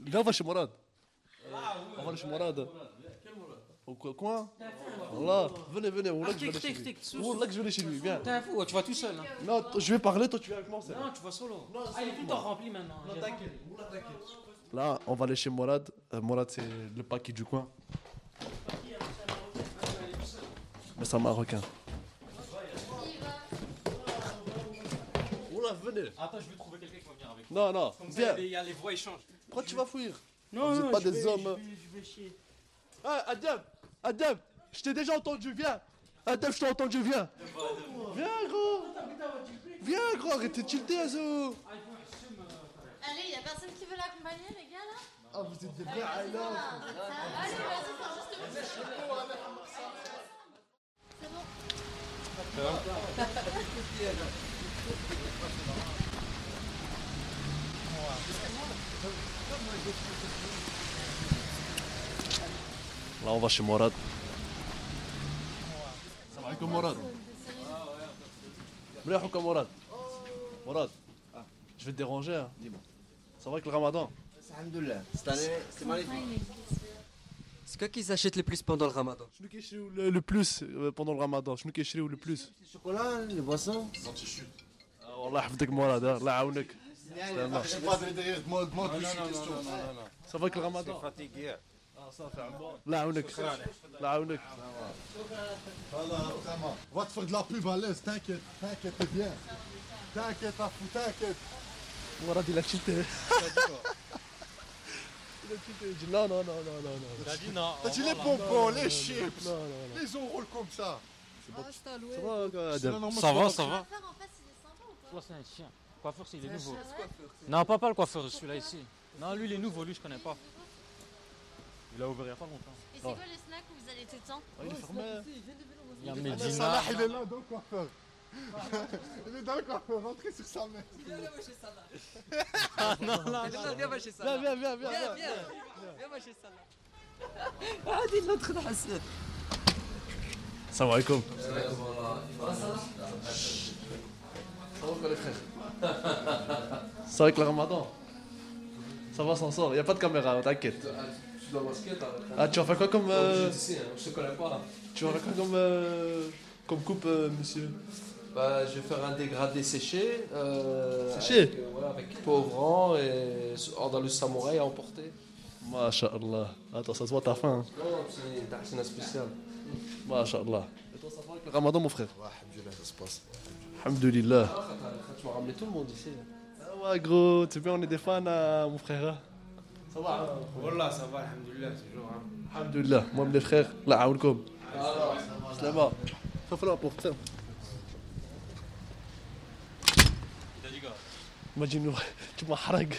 ده فاش مراد فاش مراد Au coin Voilà, venez, venez, on l'a que je vais Tic, aller chez tic, lui. tic, sous, On sous. l'a que je vais aller chez lui, viens. T'es un fou, ouais, tu vas tout seul. hein. Non, t- je vais parler, toi tu viens avec moi, c'est Non, tu vas solo. Non, Ah, il est solo. tout en rempli maintenant. j'ai- Là, on va aller chez Morad. Euh, Morad, c'est le paquet du coin. Mais c'est un Marocain. Oula, venez Attends, je vais trouver quelqu'un qui va venir avec moi. Non, non, Comme ça, viens. il y a des- il y a les voix échangent. Pourquoi tu vas fuir Non, Vous êtes non, pas je des vais- hommes, je hein. vais- Je vais chier. Ah, Adam Adam Je t'ai déjà entendu, viens Adam, je t'ai entendu, viens Viens, gros Viens, gros, arrêtez de tilter, zo Allez, il y a personne qui veut l'accompagner, les gars, là Ah, vous êtes des vrais highlanders. Allez, vas-y, fais juste le petit. C'est bon. Là, on va chez Morad. Salam alaikum, Morad. Mlahouka, Morad. Morad, Ah. je vais te déranger. Hein. Dis-moi. Ça va avec le ramadan Alhamdulillah. Cette année, c'est magnifique. C'est quoi qu'ils achètent le plus pendant le ramadan Je nous cacherai où le, le plus euh, pendant le ramadan Je nous cacherai où le plus Le chocolat, les boissons. Ah, Wallah, hafdak, Morad. hein. Allah aounek. Je sais pas derrière, demande, demande plus de questions. Ça va avec le ramadan fatigué. آه، Allah aounek. Allah aounek. Voilà, vraiment. Va te faire de la pub à l'aise, t'inquiète, t'inquiète t'es bien. T'inquiète, pas fou, t'inquiète. Morad, il a tilté. Il a tilté. Il dit non, non, non, non, non. non. T'as dit non. T'as dit les bonbons, Oh, les Non, chips, non, non. les enrôles comme ça. Ah, Ça va, quoi, C'est Adam la normale, Ça c'est va, pas- ça va. Faire en face, il est sympa Toi, ou quoi c'est un chien. Le coiffeur, c'est il est C'est un nouveau. chien, ce coiffeur, c'est- Non, pas pas le coiffeur, celui-là ici. Non, lui, il est nouveau, lui, je connais pas. Il a ouvert il y a pas longtemps. Et c'est quoi les snacks où vous allez tout le temps Ah, Il est fermé. Il y a Ah, Medina. Salah, il est là dans le coiffeur. Il est dans le coiffeur, rentrez sur sa mère. Ah non, là, Viens, viens, viens chez ça. Viens, viens, là. viens, viens. Viens, viens. Viens, viens chez ça. là. Ah, dis l'autre de Hassan. Salam alaikum. C'est avec le ramadan. Ça va, s'en sort. Y a pas de caméra, t'inquiète. Tu dois masquer, t'as. Ah, tu vas faire quoi comme. euh, je te connais pas. tu vas faire quoi comme. euh, comme coupe, euh, monsieur Bah, je vais faire un dégradé séché. Euh, Séché avec, euh, ouais, avec poivrant et andalus samouraï à emporter. Masha'Allah. Attends, ça se voit, t'as faim. hein. Non, c'est Tahsina spécial. Masha'Allah. Et toi, ça va avec le ramadan, mon frère Ouais, Alhamdulillah, ça se passe. Alhamdulillah. Tu m'as ramené tout le monde ici. Ça va, gros. Tu sais, on est des fans, euh, mon frère. hein. Ça va hein Voilà, ça va, alhamdoulilah, c'est Ah, genre. Alhamdulillah. Moi, mes frères, la aoulkom. Slama. Fafla pour frère. Imagine, ouais, tu m'as harague.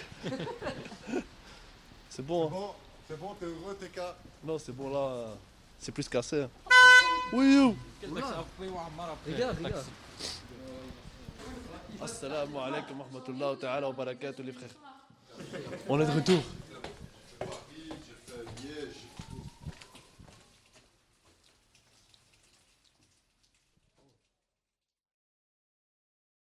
C'est bon, hein Bon, c'est bon, t'es heureux, t'es cas. non, c'est bon là. C'est plus cassé. hein. Oui, you. Regarde, regarde. Assalamu alaikum wa rahmatullahi wa ta'ala wa barakatuh, les frères. On est de retour.